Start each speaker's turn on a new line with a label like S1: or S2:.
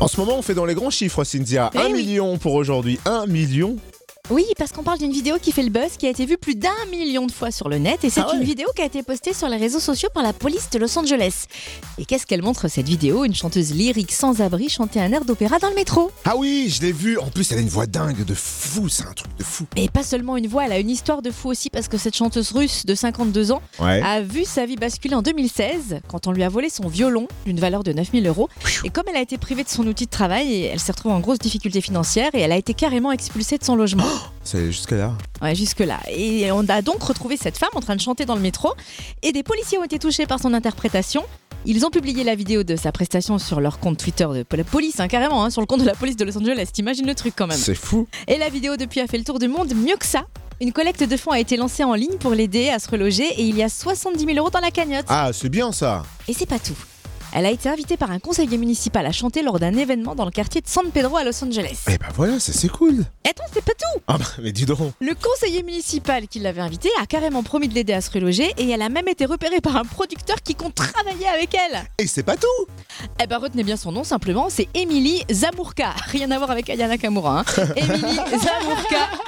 S1: En ce moment, on fait dans les grands chiffres, Cynthia.
S2: Eh
S1: 1
S2: oui.
S1: million pour aujourd'hui. 1 million
S2: Oui, parce qu'on parle d'une vidéo qui fait le buzz, qui a été vue plus d'un million de fois sur le net, et c'est
S1: Ah ouais.
S2: une vidéo qui a été postée sur les réseaux sociaux par la police de Los Angeles. Et qu'est-ce qu'elle montre cette vidéo Une chanteuse lyrique sans abri chanter un air d'opéra dans le métro.
S1: Ah oui, je l'ai vu. En plus, elle a une voix dingue, de fou. C'est un truc de fou.
S2: Mais pas seulement une voix, elle a une histoire de fou aussi, parce que cette chanteuse russe de 52 ans
S1: Ouais.
S2: a vu sa vie basculer en 2016 quand on lui a volé son violon d'une valeur de 9000 euros. Et comme elle a été privée de son outil de travail, elle s'est retrouvée en grosse difficulté financière et elle a été carrément expulsée de son logement.
S1: C'est jusque là.
S2: Ouais, jusque-là. Et on a donc retrouvé cette femme en train de chanter dans le métro. Et des policiers ont été touchés par son interprétation. Ils ont publié la vidéo de sa prestation sur leur compte Twitter de la police, hein, carrément, hein, sur le compte de la police de Los Angeles. T'imagines le truc quand même.
S1: C'est fou.
S2: Et la vidéo depuis a fait le tour du monde, mieux que ça. Une collecte de fonds a été lancée en ligne pour l'aider à se reloger et il y a 70 000 euros dans la cagnotte.
S1: Ah, c'est bien ça.
S2: Et c'est pas tout. Elle a été invitée par un conseiller municipal à chanter lors d'un événement dans le quartier de San Pedro à Los Angeles.
S1: Eh ben voilà, ça c'est cool.
S2: Attends, c'est pas tout
S1: Ah bah, mais dis donc.
S2: Le conseiller municipal qui l'avait invitée a carrément promis de l'aider à se reloger et elle a même été repérée par un producteur qui compte travailler avec elle.
S1: Et c'est pas tout.
S2: Eh ben retenez bien son nom simplement, c'est Emily Zamurka. Rien à voir avec Ayana Kamura. Hein. Emily Zamurka.